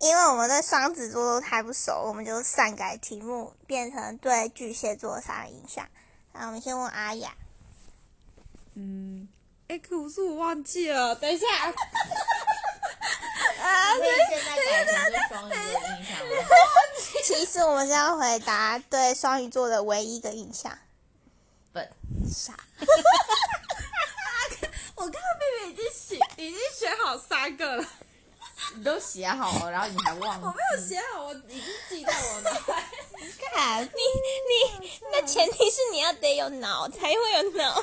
因为我们对双子座都太不熟，我们就擅改题目，变成对巨蟹座啥影响。那我们先问阿雅， 嗯，哎，可是我忘记了，等一下，啊，所以现在改成是双鱼的印象吗？其实我们是要回答对双鱼座的唯一一个印 象。笨，傻，我看到妹妹已经写，已经写好三个了，你都写好了，然后你还忘我了没，有写好，我已经记在我脑海。干你你，那前提是你要得有脑，才会有脑。